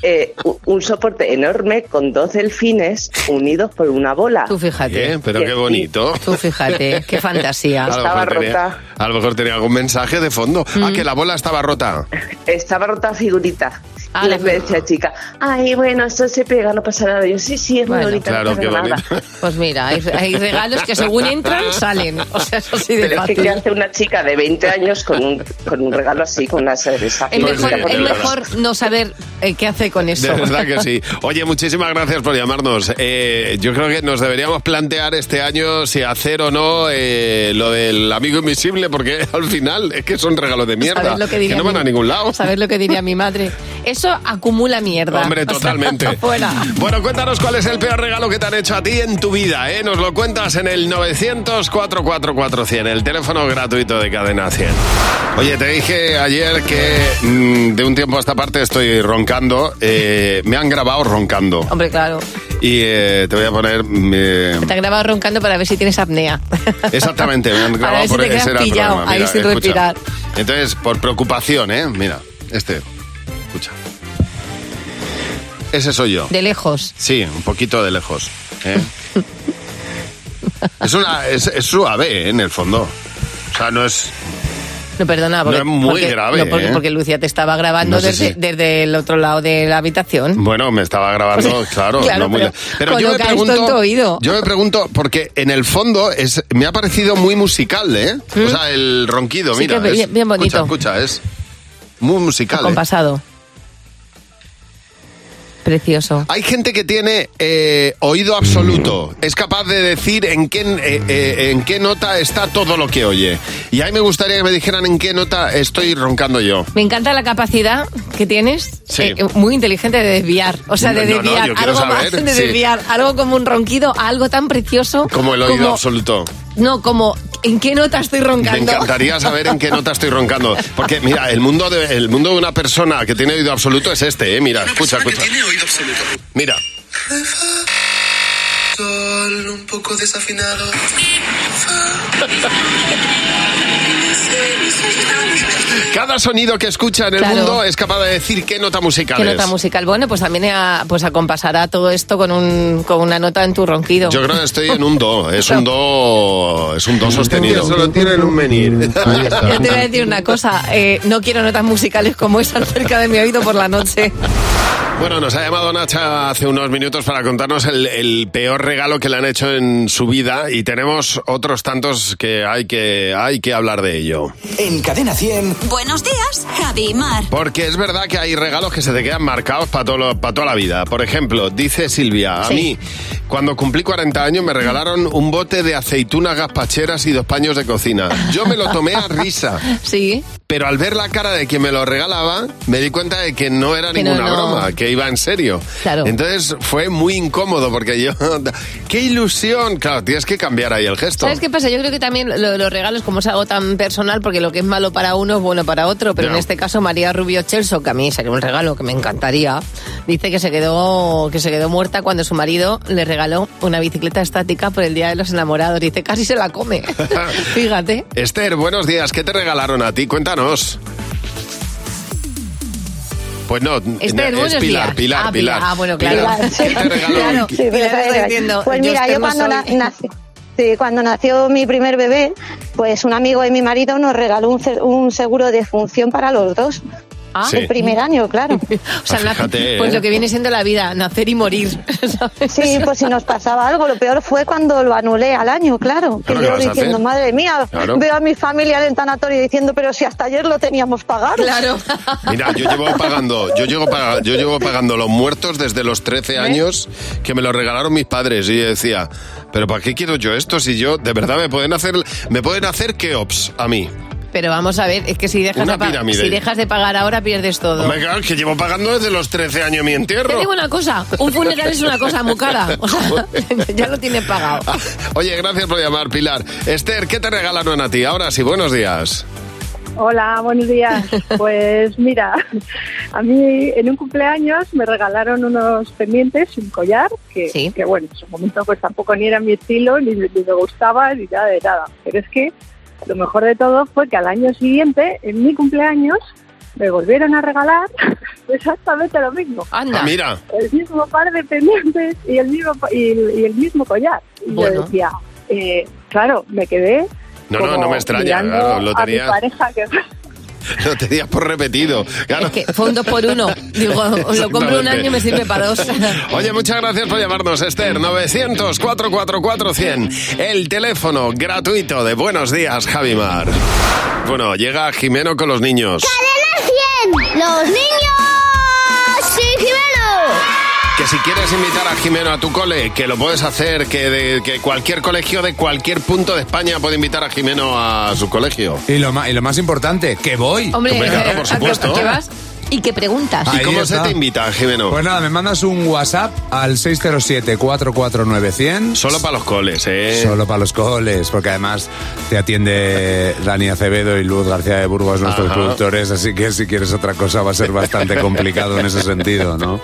eh, u- un soporte enorme con dos delfines unidos por una bola.
Tú fíjate.
Eh, pero qué bonito.
Tú fíjate, qué fantasía.
A lo
Estaba
mejor tenía-
rota.
a lo mejor tenía algún mensaje de fondo.
Mm.
Ah, que la bola estaba rota.
Estaba rota figurita.
Ah,
y les decía chica, ay, bueno, esto se pega, no pasa nada. Yo, sí, sí, es muy bonita, no
claro,
pasa
qué
nada".
bonito.
Pues mira, hay, hay regalos que según entran, salen. O sea, eso sí de
Pero es que
fácil.
¿qué hace una chica de 20 años con un, con un regalo así, con una esa
Es
Pues
mejor,
figurita?
es mejor no saber eh, qué hace con eso.
De verdad que sí. Oye, muchísimas gracias por llamarnos. Eh, yo creo que nos deberíamos plantear este año si hacer o no eh, lo del amigo invisible, porque al final es que son regalos de mierda.
Pues ¿Sabes lo que diría
no van
mi-
a ningún lado.
¿Sabes lo que diría mi madre? Eso acumula mierda.
Hombre,
O sea,
totalmente.
fuera.
Bueno, cuéntanos cuál es el peor regalo que te han hecho a ti en tu vida. ¿eh? Nos lo cuentas en el 900-444-100, el teléfono gratuito de Cadena 100. Oye, te dije ayer que mm, de un tiempo a esta parte estoy roncando. Eh, me han grabado roncando.
Hombre, claro.
Y eh, te voy a poner... mm, eh,
Te han grabado roncando para ver si tienes apnea.
exactamente, me han
Para
grabado
ver si
por
te quedas
ese era el
pillado,
programa.
ahí
Mira,
sin
escucha.
respirar.
Entonces, por preocupación, ¿eh? Mira, este. Escucha. Ese soy yo.
De lejos.
Sí, un poquito de lejos. ¿eh? es, una, es, es suave, ¿eh? en el fondo. O sea, no es...
No, perdona. Porque,
No es muy
porque-
grave,
no, porque,
¿eh?
porque Lucía te estaba grabando
No sé
desde,
si-
desde el otro lado de la habitación.
Bueno, me estaba grabando, claro.
Claro,
no muy-
pero
yo me
colocáis
pregunto...
tonto oído.
Yo me pregunto, porque en el fondo es, me ha parecido muy musical, ¿eh? O sea, el ronquido,
¿Mm? Sí,
mira.
que bien-
es-
bien bonito.
Escucha, escucha, es muy musical. ¿eh?
Compasado. Precioso.
Hay gente que tiene eh, oído absoluto, es capaz de decir en qué, eh, eh, en qué nota está todo lo que oye. Y ahí me gustaría que me dijeran en qué nota estoy roncando yo.
Me encanta la capacidad que tienes,
Sí.
eh, eh, muy inteligente de desviar, o sea, de
No, no, no,
desviar
yo quiero
algo más,
saber,
de
sí.
desviar algo como un ronquido a algo tan precioso
Como el oído absoluto.
No, como en qué nota estoy roncando.
Me encantaría saber en qué nota estoy roncando. Porque, mira, el mundo de, el mundo de una persona que tiene oído absoluto es este, ¿eh? Mira, escucha, escucha. Mira,
Sol un poco desafinado.
cada sonido que escucha en el
Claro.
mundo es capaz de decir qué nota musical
¿Qué
es.
nota musical? Bueno, pues también a- pues acompasará todo esto con, un, con una nota en tu ronquido.
Yo creo que estoy en un do, es un do, es un do sostenido.
Solo
tienen un menir.
Yo te voy a decir una cosa, eh, no quiero notas musicales como esas cerca de mi oído por la noche.
Bueno, nos ha llamado Nacha hace unos minutos para contarnos el, el peor regalo que le han hecho en su vida y tenemos otros tantos que hay que, hay que hablar de ello.
En Cadena 100.
Buenos días, Javi y Mar.
Porque es verdad que hay regalos que se te quedan marcados para toda la vida. Por ejemplo, dice Silvia, a
Sí.
mí, cuando cumplí 40 años me regalaron un bote de aceitunas gazpacheras y dos paños de cocina. Yo me lo tomé a risa.
Sí.
Pero al ver la cara de quien me lo regalaba, me di cuenta de que no era
Que no,
ninguna
no.
broma, que iba en serio.
Claro.
Entonces fue muy incómodo porque yo... ¡Qué ilusión! Claro, tienes que cambiar ahí el gesto.
¿Sabes qué pasa? Yo creo que también lo- los regalos, como es algo tan personal, porque lo que es malo para uno es bueno para otro, pero
Ya.
en este caso María Rubio Chelso, que a mí sería un regalo que me encantaría, dice que se quedó que se quedó muerta cuando su marido le regaló una bicicleta estática por el Día de los Enamorados. Dice, casi se la come. Fíjate.
Esther, buenos días. ¿Qué te regalaron a ti? Cuéntanos. Pues no,
Esther,
na- es
buenos
Pilar,
días.
Pilar,
Ah,
Pilar.
Ah, bueno,
Pilar.
claro.
¿Qué te regaló?
Claro,
¿Qué-
Pilar
pero
está
sabes,
diciendo,
Pues mira, yo
estoy
cuando,
más
na-
hoy.
nací- sí, cuando nació mi primer bebé, pues un amigo de mi marido nos regaló un, ce- un seguro de función para los dos.
Ah.
El
Sí.
primer año, claro.
O sea, la-
Fíjate,
pues
¿eh?
lo que viene siendo la vida, nacer y morir.
Sí, pues si nos pasaba algo, lo peor fue cuando lo anulé al año, claro. Que
Claro, ¿qué
yo
vas a
diciendo,
hacer?
madre mía,
Claro.
veo a mi familia en el tanatorio diciendo, pero si hasta ayer lo teníamos pagado. Claro.
Mira, yo llevo pagando, yo llevo pagando, yo llevo pagando los muertos desde los
¿Eh?
13 años que me lo regalaron mis padres y yo decía, pero ¿para qué quiero yo esto si yo de verdad me pueden hacer me pueden hacer keops a mí?
Pero vamos a ver, es que si dejas,
Una
de, pa-
pirámide.
si dejas de pagar ahora pierdes todo.
Hombre, claro, es que llevo pagando desde los 13 años mi
Te
entierro.
digo una cosa, un funeral es una cosa muy cara. O sea, ya lo tienes pagado.
Oye, gracias por llamar, Pilar. Esther, ¿qué te regalaron a ti? Ahora sí, buenos días.
Hola, buenos días. Pues mira, a mí en un cumpleaños me regalaron unos pendientes y un collar, que, que, bueno, en su momento pues tampoco ni era mi estilo, ni, ni me gustaba, ni nada de nada. Pero es que lo mejor de todo fue que al año siguiente, en mi cumpleaños, me volvieron a regalar exactamente lo mismo.
Ah, mira.
El mismo par de pendientes y el mismo, pa- y, el- y el mismo collar. Y
Bueno.
yo decía, eh, claro, me quedé...
No, no,
como
no me extraña,
mirando
claro, lo
a mi
tenía-
pareja que
Lo tenías por repetido. Claro.
Es que fue un dos por uno. Digo, lo compro un
Exactamente.
año y me sirve para dos.
Oye, muchas gracias por llamarnos, Esther. 900-444-100. El teléfono gratuito de Buenos Días, Javimar. Bueno, llega Jimeno con los niños.
¡Los niños! ¡Sí,
Que si quieres invitar a Jimeno a tu cole, que lo puedes hacer, que, de- que cualquier colegio de cualquier punto de España puede invitar a Jimeno a su colegio.
Y lo más, y lo más importante, que voy.
Hombre,
claro, por
¿a qué-
supuesto.
¿a qué vas? ¿Y qué preguntas?
¿Y cómo se te invita, Jimeno?
Pues nada, me mandas un WhatsApp al 607-449-100.
Solo para los coles, ¿eh?
Solo para los coles, porque además te atiende Dani Acevedo y Luz García de Burgos, nuestros
Ajá.
productores, así que si quieres otra cosa va a ser bastante complicado en ese sentido, ¿no?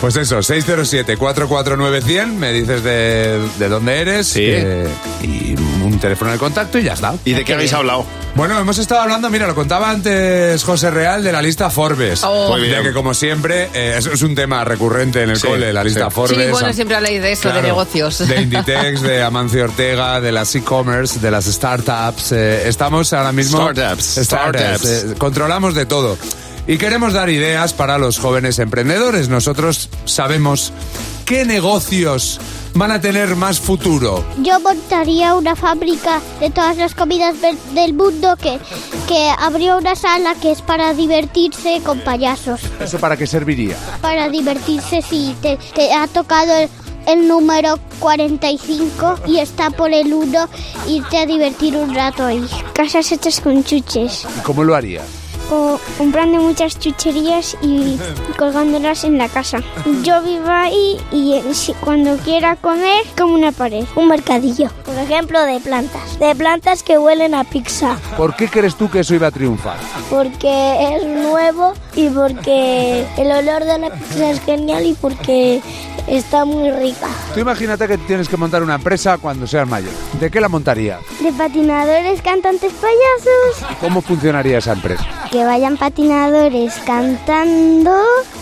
Pues eso, 607-449-100, me dices de, de dónde eres eh, y un teléfono de contacto y ya está.
¿Y de qué habéis hablado?
Bueno, hemos estado hablando, mira, lo contaba antes José Real de la lista Forbes.
Oh. Muy bien.
De que como siempre, eh, eso es un tema recurrente en el cole, la lista Forbes.
Sí,
am-
bueno, siempre habláis de eso,
Claro,
de negocios.
De Inditex, de Amancio Ortega, de las e-commerce, de las startups. eh, estamos ahora mismo.
Startups, startups.
eh, controlamos de todo. Y queremos dar ideas para los jóvenes emprendedores. Nosotros sabemos qué negocios van a tener más futuro.
Yo montaría una fábrica de todas las comidas ver- del mundo que, que abrió una sala que es para divertirse con payasos.
¿Eso para qué serviría?
Para divertirse si te, te ha tocado el, el número 45 y está por el 1, irte a divertir un rato ahí. Casas hechas con chuches.
¿Y cómo lo haría?
O comprando muchas chucherías y colgándolas en la casa. Yo vivo ahí y eh, si- cuando quiera comer, como una pared, un mercadillo. Por ejemplo, de plantas. De plantas que huelen a pizza.
¿Por qué crees tú que eso iba a triunfar?
Porque es nuevo y porque el olor de la pizza es genial y porque está muy rica.
Tú imagínate que tienes que montar una empresa cuando seas mayor. ¿De qué la montaría?
De patinadores, cantantes, payasos.
¿Cómo funcionaría esa empresa?
Que vayan patinadores cantando,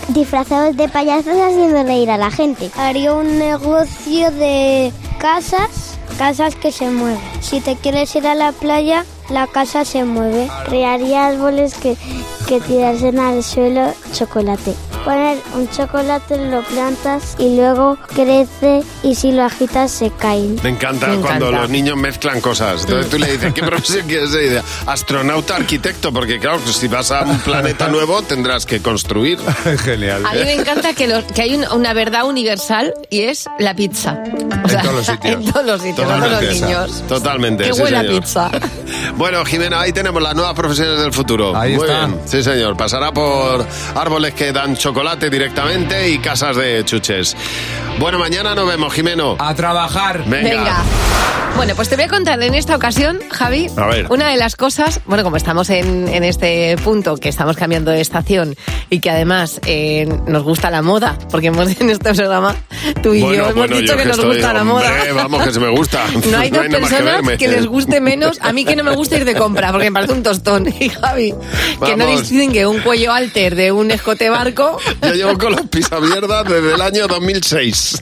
disfrazados de payasos haciendo reír a la gente. Haría un negocio de casas, casas que se mueven. Si te quieres ir a la playa, la casa se mueve. Crearía árboles que, que tirasen al suelo chocolate. Poner un chocolate en lo plantas y luego crece y si lo agitas se caen.
Me encanta
Me
cuando
encanta.
los niños mezclan cosas. Entonces
Mm.
tú le dices, ¿qué profesión quieres ser? Y dice, Astronauta, arquitecto, porque claro, si vas a un planeta nuevo tendrás que construir.
Genial.
A mí me encanta que, lo- que hay un- una verdad universal y es la pizza. O sea,
En todos los sitios.
En todos los sitios, no
Totalmente.
los niños.
Totalmente.
Qué
sí,
buena
señor.
pizza.
Bueno, Jimena, ahí tenemos las nuevas profesiones del futuro.
Ahí
Muy
está.
bien. Sí, señor. Pasará por árboles que dan chocolate directamente y casas de chuches. Bueno, mañana nos vemos, Jimeno.
A trabajar.
Venga. Bueno, pues te voy a contar en esta ocasión, Javi,
A ver.
una de las cosas, bueno, como estamos en, en este punto, que estamos cambiando de estación y que además eh, nos gusta la moda, porque hemos, en este programa tú y yo hemos dicho que, nos
estoy-
gusta la moda.
hombre, Vamos, que se me gusta.
No hay dos
nada más que
personas
verme.
que les guste menos. A mí que no me gusta ir de compra porque me parece un tostón. Y Javi, que no
Vamos.
distingue un cuello alter de un escote barco.
Yo llevo con los pisamierdas desde el año 2006.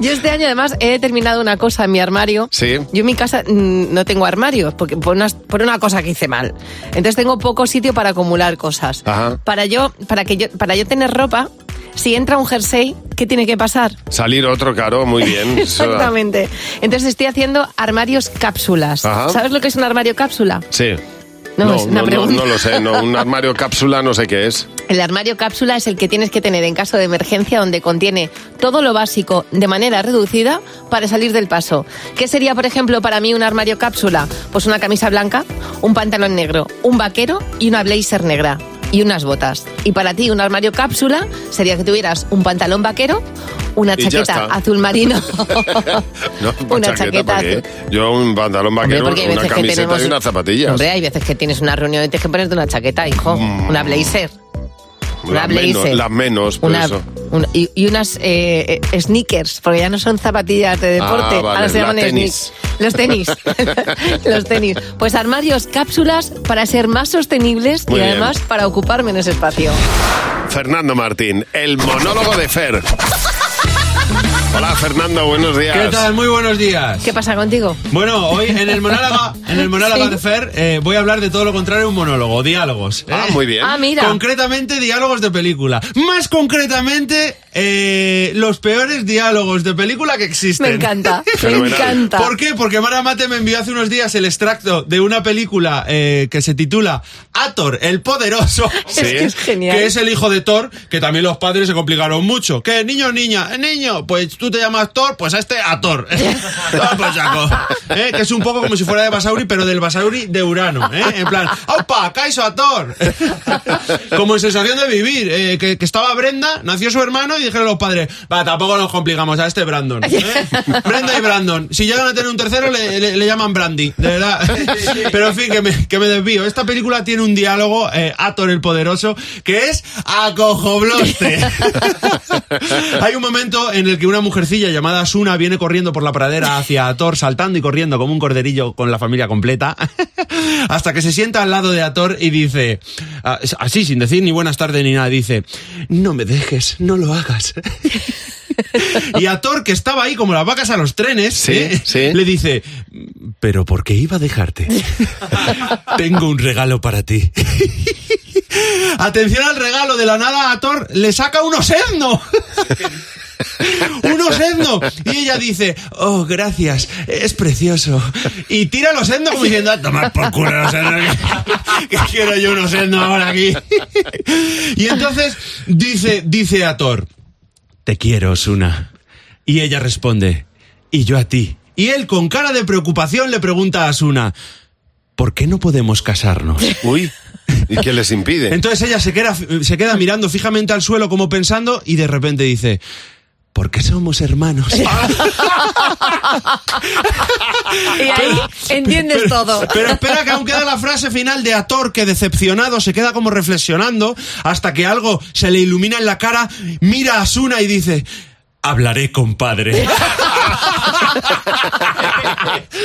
Yo este año además he determinado una cosa en mi armario.
Sí.
Yo en mi casa mm, no tengo armarios porque por una, por una cosa que hice mal. Entonces tengo poco sitio para acumular cosas.
Ajá.
Para yo, para que yo, para yo tener ropa, si entra un jersey, ¿qué tiene que pasar?
Salir otro caro, muy bien. Eso-
Exactamente. Entonces estoy haciendo armarios cápsulas.
Ajá.
¿Sabes lo que es un armario cápsula?
Sí.
No, es una
no,
pregunta.
no lo sé, no, un armario cápsula no sé qué es.
El armario cápsula es el que tienes que tener en caso de emergencia donde contiene todo lo básico de manera reducida para salir del paso. ¿Qué sería, por ejemplo, para mí un armario cápsula? Pues una camisa blanca, un pantalón negro, un vaquero y una blazer negra y unas botas. Y para ti un armario cápsula sería que tuvieras un pantalón vaquero, una
Y ya
chaqueta
está.
azul marino.
No,
Una chaqueta
¿por qué? Yo un pantalón vaquero,
porque hay
una
veces que
camiseta
tenemos-
y unas zapatillas. Mm.
Hombre, hay veces que tienes una reunión y tienes que ponerte una chaqueta, hijo, una blazer. una
las, menos,
blazer.
las menos, por
Una-
eso.
una- y, y unas eh, eh, sneakers, porque ya no son zapatillas de
Ah,
deporte,
vale,
ahora se
las
llaman
tenis.
sneak- Los tenis. los tenis. Pues armarios, cápsulas para ser más sostenibles
Muy
y
bien.
además para ocuparme en ese espacio.
Fernando Martín, el monólogo de Fer. Hola Fernando, buenos días.
¿Qué tal? Muy buenos días.
¿Qué pasa contigo?
Bueno, hoy en el monólogo, en el monólogo de Fer eh, voy a hablar de todo lo contrario a un monólogo, diálogos. Ah, muy bien.
Ah, mira.
Concretamente, diálogos de película. Más concretamente, eh, los peores diálogos de película que existen.
Me encanta, me Fenomenal. encanta.
¿Por qué? Porque Mara Mate me envió hace unos días el extracto de una película eh, que se titula Ator, el poderoso.
Es que es genial.
Que es el hijo de Thor, que también los padres se complicaron mucho. ¿Qué? Niño, niña, niño, pues tú te llamas Thor, pues a este Ator. Ah, pues saco. ¿Eh? Que es un poco como si fuera de Basauri, pero del Basauri de Urano. ¿eh? En plan, ¡Aupa! ¡Caiso a Thor! como en sensación de vivir. eh, que, que estaba Brenda, nació su hermano y dijeron los padres: Va, tampoco nos complicamos a este Brandon. ¿eh? Brenda y Brandon. Si llegan a tener un tercero, le, le- le llaman Brandy. De verdad. Pero en fin, que me, que me desvío. Esta película tiene un diálogo, eh, Ator el Poderoso, que es acojobloste. Hay un momento en el que una mujercilla llamada Asuna viene corriendo por la pradera hacia Ator, saltando y corriendo como un corderillo con la familia completa, hasta que se sienta al lado de Ator y dice, ah, así sin decir ni buenas tardes ni nada, dice, no me dejes, no lo hagas. Y Ator, que estaba ahí como las vacas a los trenes, ¿eh? le dice, pero ¿por qué iba a dejarte? Tengo un regalo para ti. Atención al regalo, de la nada a Thor le saca un osedno. un osedno. Y ella dice, oh, gracias, es precioso. Y tira el osedno como diciendo, a tomar por culo el osedno. que- Que quiero yo un osedno ahora aquí. y entonces dice, dice a Thor, te quiero, Osuna. Y ella responde, y yo a ti. Y él con cara de preocupación le pregunta a Asuna, ¿por qué no podemos casarnos? Uy.
¿Y qué les impide?
Entonces ella se queda, se queda mirando fijamente al suelo como pensando y de repente dice, ¿por qué somos hermanos?
Y ahí entiendes todo.
Pero espera que aún queda la frase final de Ator que decepcionado se queda como reflexionando hasta que algo se le ilumina en la cara, mira a Asuna y dice, hablaré compadre.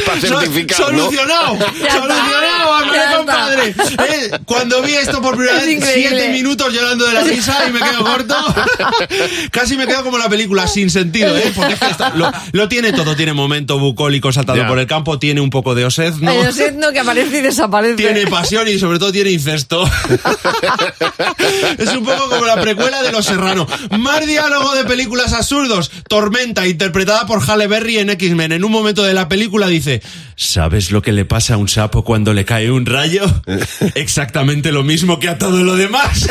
Para
Sol-
certificar, ¿no?
Solucionado,
Ya está.
solucionado, hombre,
Ya
compadre.
está.
Eh, cuando vi esto por primera
Es
vez,
increíble.
siete minutos llorando de la risa y me quedo corto. Casi me quedo como la película sin sentido, ¿eh? Porque es que está- lo, lo tiene todo, tiene momento bucólico saltado por el campo, tiene un poco de osedno,
El osedno que aparece y desaparece.
tiene pasión y sobre todo tiene incesto. es un poco como la precuela de Los Serrano. Más diálogo de películas absurdos. Tormenta, interpretada por Halle Berry en X-Men. En un momento de la película dice, ¿sabes lo que le pasa a un sapo cuando le cae un rayo? Exactamente lo mismo que a todo lo demás.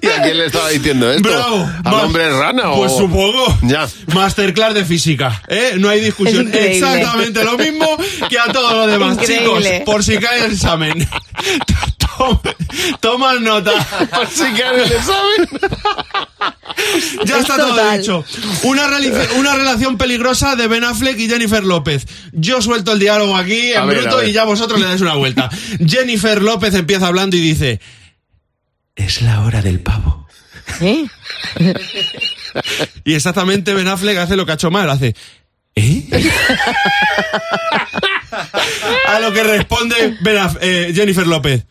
¿Y a quién le estaba diciendo esto?
Bravo.
¿Al
Mas-
hombre rana o...?
Pues supongo. Masterclass de física. ¿eh? No hay discusión.
Es increíble.
Exactamente lo mismo que a todo lo demás.
Increíble.
Chicos, por si cae el examen. Tom- Toma nota. Por si cae el examen. Ya está todo dicho. Una, reali- una relación peligrosa de Ben Affleck y Jennifer López. Yo suelto el diálogo aquí en
A ver, a
bruto
ver.
y ya vosotros le dais una vuelta. Jennifer López empieza hablando y dice: Es la hora del pavo.
¿Eh?
Y exactamente Ben Affleck hace lo que ha hecho mal. Hace: A lo que responde Ben Aff- eh, Jennifer López.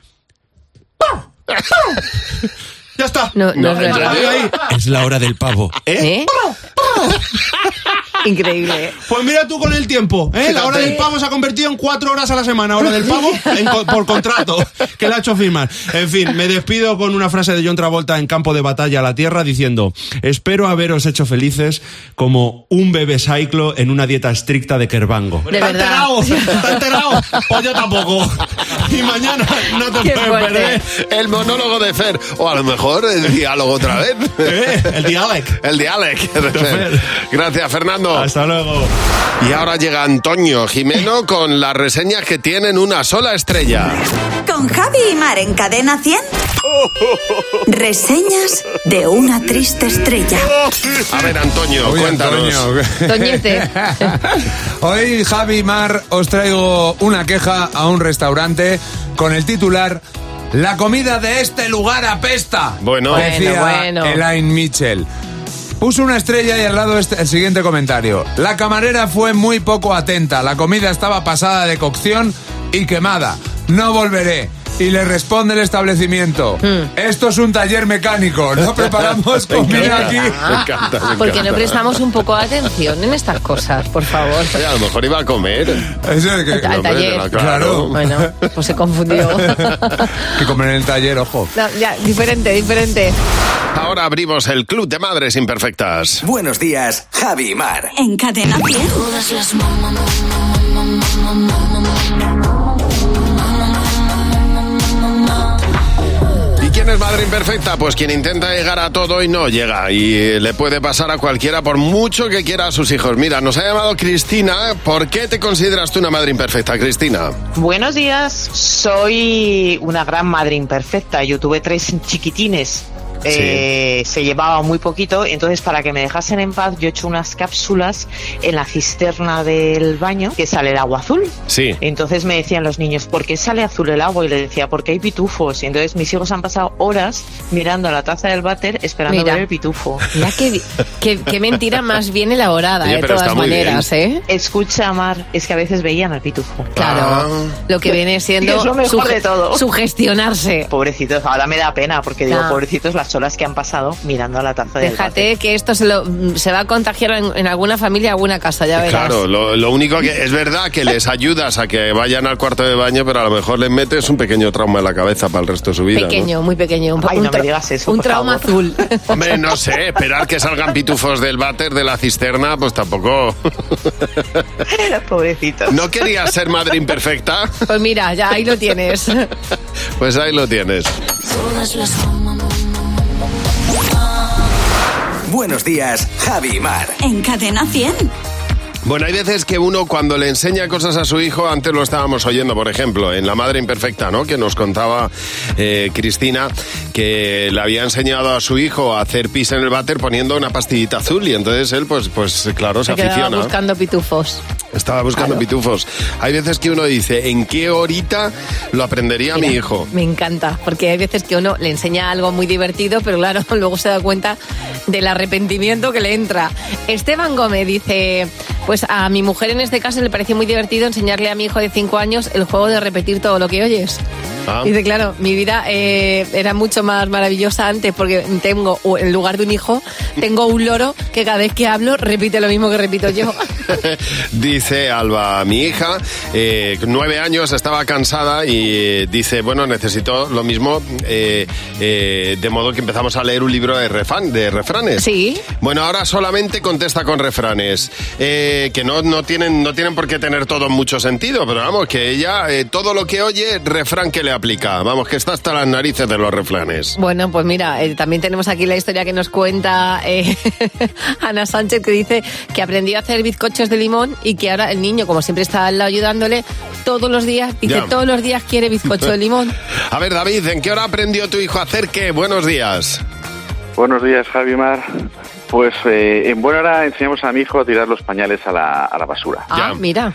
Ya está.
No,
No,
no, es
en
verdad.
realidad ahí-
Es la hora del pavo.
¿Eh? Increíble. ¿eh?
Pues mira tú con el tiempo, ¿eh? La hora
Fíjate.
del pavo se ha convertido en cuatro horas a la semana. Hora del pavo en co- por contrato, que la ha hecho firmar. En fin, me despido con una frase de John Travolta en campo de batalla a la tierra diciendo: Espero haberos hecho felices como un bebé cyclo en una dieta estricta de kerbango.
De verdad.
¿Está enterado? Pues yo tampoco. Y mañana no te
Qué
puedes
fuerte.
perder.
El monólogo de Fer. O a lo mejor el diálogo otra vez.
Eh, El diálogo.
El diálogo de Fer. Gracias, Fernando.
Hasta luego.
Y ahora llega Antonio Jimeno con las reseñas que tienen una sola estrella.
Con Javi y Mar en Cadena 100.
Oh,
Reseñas de una triste estrella.
A ver, Antonio,
Oye,
cuéntanos.
Antonio. Hoy Javi y Mar os traigo una queja a un restaurante con el titular La comida de este lugar apesta.
Bueno. Bueno,
decía
bueno.
Elaine Mitchell. Puso una estrella y al lado este- el siguiente comentario. La camarera fue muy poco atenta. La comida estaba pasada de cocción y quemada. No volveré. Y le responde el establecimiento.
Hmm.
Esto es un taller mecánico. No preparamos
Me
comida
encanta,
aquí.
me encanta, me
Ah, Porque no
encanta.
prestamos un poco de atención en estas cosas, por favor.
Oye, a lo mejor iba a comer.
Eso es que-
Al
hombre,
taller.
no, claro.
Bueno, pues se confundió.
Que comer en el taller, ojo.
No, ya, diferente, diferente.
Ahora abrimos el Club de Madres Imperfectas.
Buenos días, Javi y Mar.
En Cadena 100.
¿Y quién es madre imperfecta? Pues quien intenta llegar a todo y no llega. Y eh, le puede pasar a cualquiera por mucho que quiera a sus hijos. Mira, nos ha llamado Cristina. ¿Por qué te consideras tú una madre imperfecta, Cristina?
Buenos días, soy una gran madre imperfecta. Yo tuve tres chiquitines. Eh, se llevaba muy poquito, entonces para que me dejasen en paz yo he hecho unas cápsulas en la cisterna del baño que sale el agua azul.
Sí.
Entonces me decían los niños, ¿por qué sale azul el agua? Y le decía, porque hay pitufos. Y entonces mis hijos han pasado horas mirando la taza del váter esperando
Mira.
ver el pitufo.
Mira qué, qué- qué mentira más bien elaborada,
Oye,
de
pero
todas
está muy
maneras, ¿eh?
Escucha, Mar, es que a veces veían al pitufo.
Claro.
Ah.
Lo que viene siendo
Y es lo mejor
suge-
de todo.
sugestionarse.
Pobrecitos, ahora me da pena porque digo,
Ya.
pobrecitos las horas que han pasado mirando a la taza del váter.
Fíjate que esto se, lo, mm, se va a contagiar en, en alguna familia, alguna casa, ya verás.
Claro, lo, lo único que es verdad que les ayudas a que vayan al cuarto de baño, pero a lo mejor les metes un pequeño trauma en la cabeza para el resto de su vida. ¿no?
pequeño, muy pequeño. Un,
Ay, no
un tra-
me digas eso,
un
por
trauma azul.
Hombre, no sé, esperar que salgan pitufos del váter de la cisterna, pues tampoco.
Pobrecito.
¿No querías ser madre imperfecta?
Pues mira, ya ahí lo tienes.
Pues ahí lo tienes.
Buenos días, Javi y Mar.
En Cadena 100.
Bueno, hay veces que uno cuando le enseña cosas a su hijo, antes lo estábamos oyendo, por ejemplo, en La Madre Imperfecta, ¿no? Que nos contaba eh, Cristina que le había enseñado a su hijo a hacer pis en el váter poniendo una pastillita azul y entonces él, pues, pues claro, se,
Se quedaba
aficiona.
buscando pitufos.
Estaba buscando pitufos. Hay veces que uno dice, ¿en qué horita lo aprendería mi hijo?
Me encanta, porque hay veces que uno le enseña algo muy divertido, pero claro, luego se da cuenta del arrepentimiento que le entra. Esteban Gómez dice, pues a mi mujer en este caso le pareció muy divertido enseñarle a mi hijo de 5 años el juego de repetir todo lo que oyes.
Ah.
Dice, claro, mi vida eh, era mucho más maravillosa antes porque tengo, o en lugar de un hijo, tengo un loro que cada vez que hablo repite lo mismo que repito yo.
Dice Alba, mi hija, eh, nueve años, estaba cansada y eh, dice, bueno, necesito lo mismo, eh, eh, de modo que empezamos a leer un libro de, refan- de refranes.
Sí.
Bueno, ahora solamente contesta con refranes, eh, que no, no, tienen, no tienen por qué tener todo mucho sentido, pero vamos, que ella, eh, todo lo que oye, refrán que le aplica. Vamos, que está hasta las narices de los refranes.
Bueno, pues mira, eh, también tenemos aquí la historia que nos cuenta eh, Ana Sánchez, que dice que aprendió a hacer bizcochos de limón y que ahora el niño, como siempre está al lado ayudándole, todos los días, dice,
Ya.
todos los días quiere bizcocho de limón.
A ver, David, ¿en qué hora aprendió tu hijo a hacer qué? Buenos días.
Buenos días, Javi Mar. Pues eh, en buena hora enseñamos a mi hijo a tirar los pañales a la, a la basura.
Ah, mira.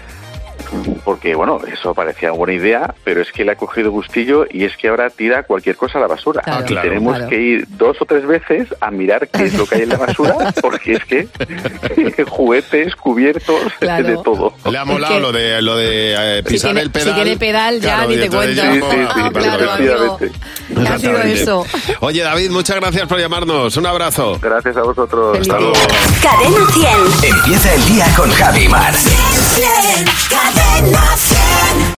porque bueno, eso parecía buena idea, pero es que le ha cogido gustillo y es que ahora tira cualquier cosa a la basura.
Claro. Ah,
Y
claro,
tenemos
claro.
que ir dos o tres veces a mirar qué es lo que hay en la basura, porque es que juguetes, cubiertos,
Claro.
de todo.
Le ha molado lo de, lo de eh, pisar
tiene-
el pedal.
si tiene pedal, ya
Claro,
ni
y
te
entonces
cuento.
ya
Sí,
no-
sí, sí,
vale,
claro,
vale.
amigo. Ha sido
Exactamente.
eso.
Oye, David, muchas gracias por llamarnos. Un abrazo.
Gracias a vosotros.
Hasta luego.
Cadena 100.
Empieza el día con Javi Mar.
Cadena 100.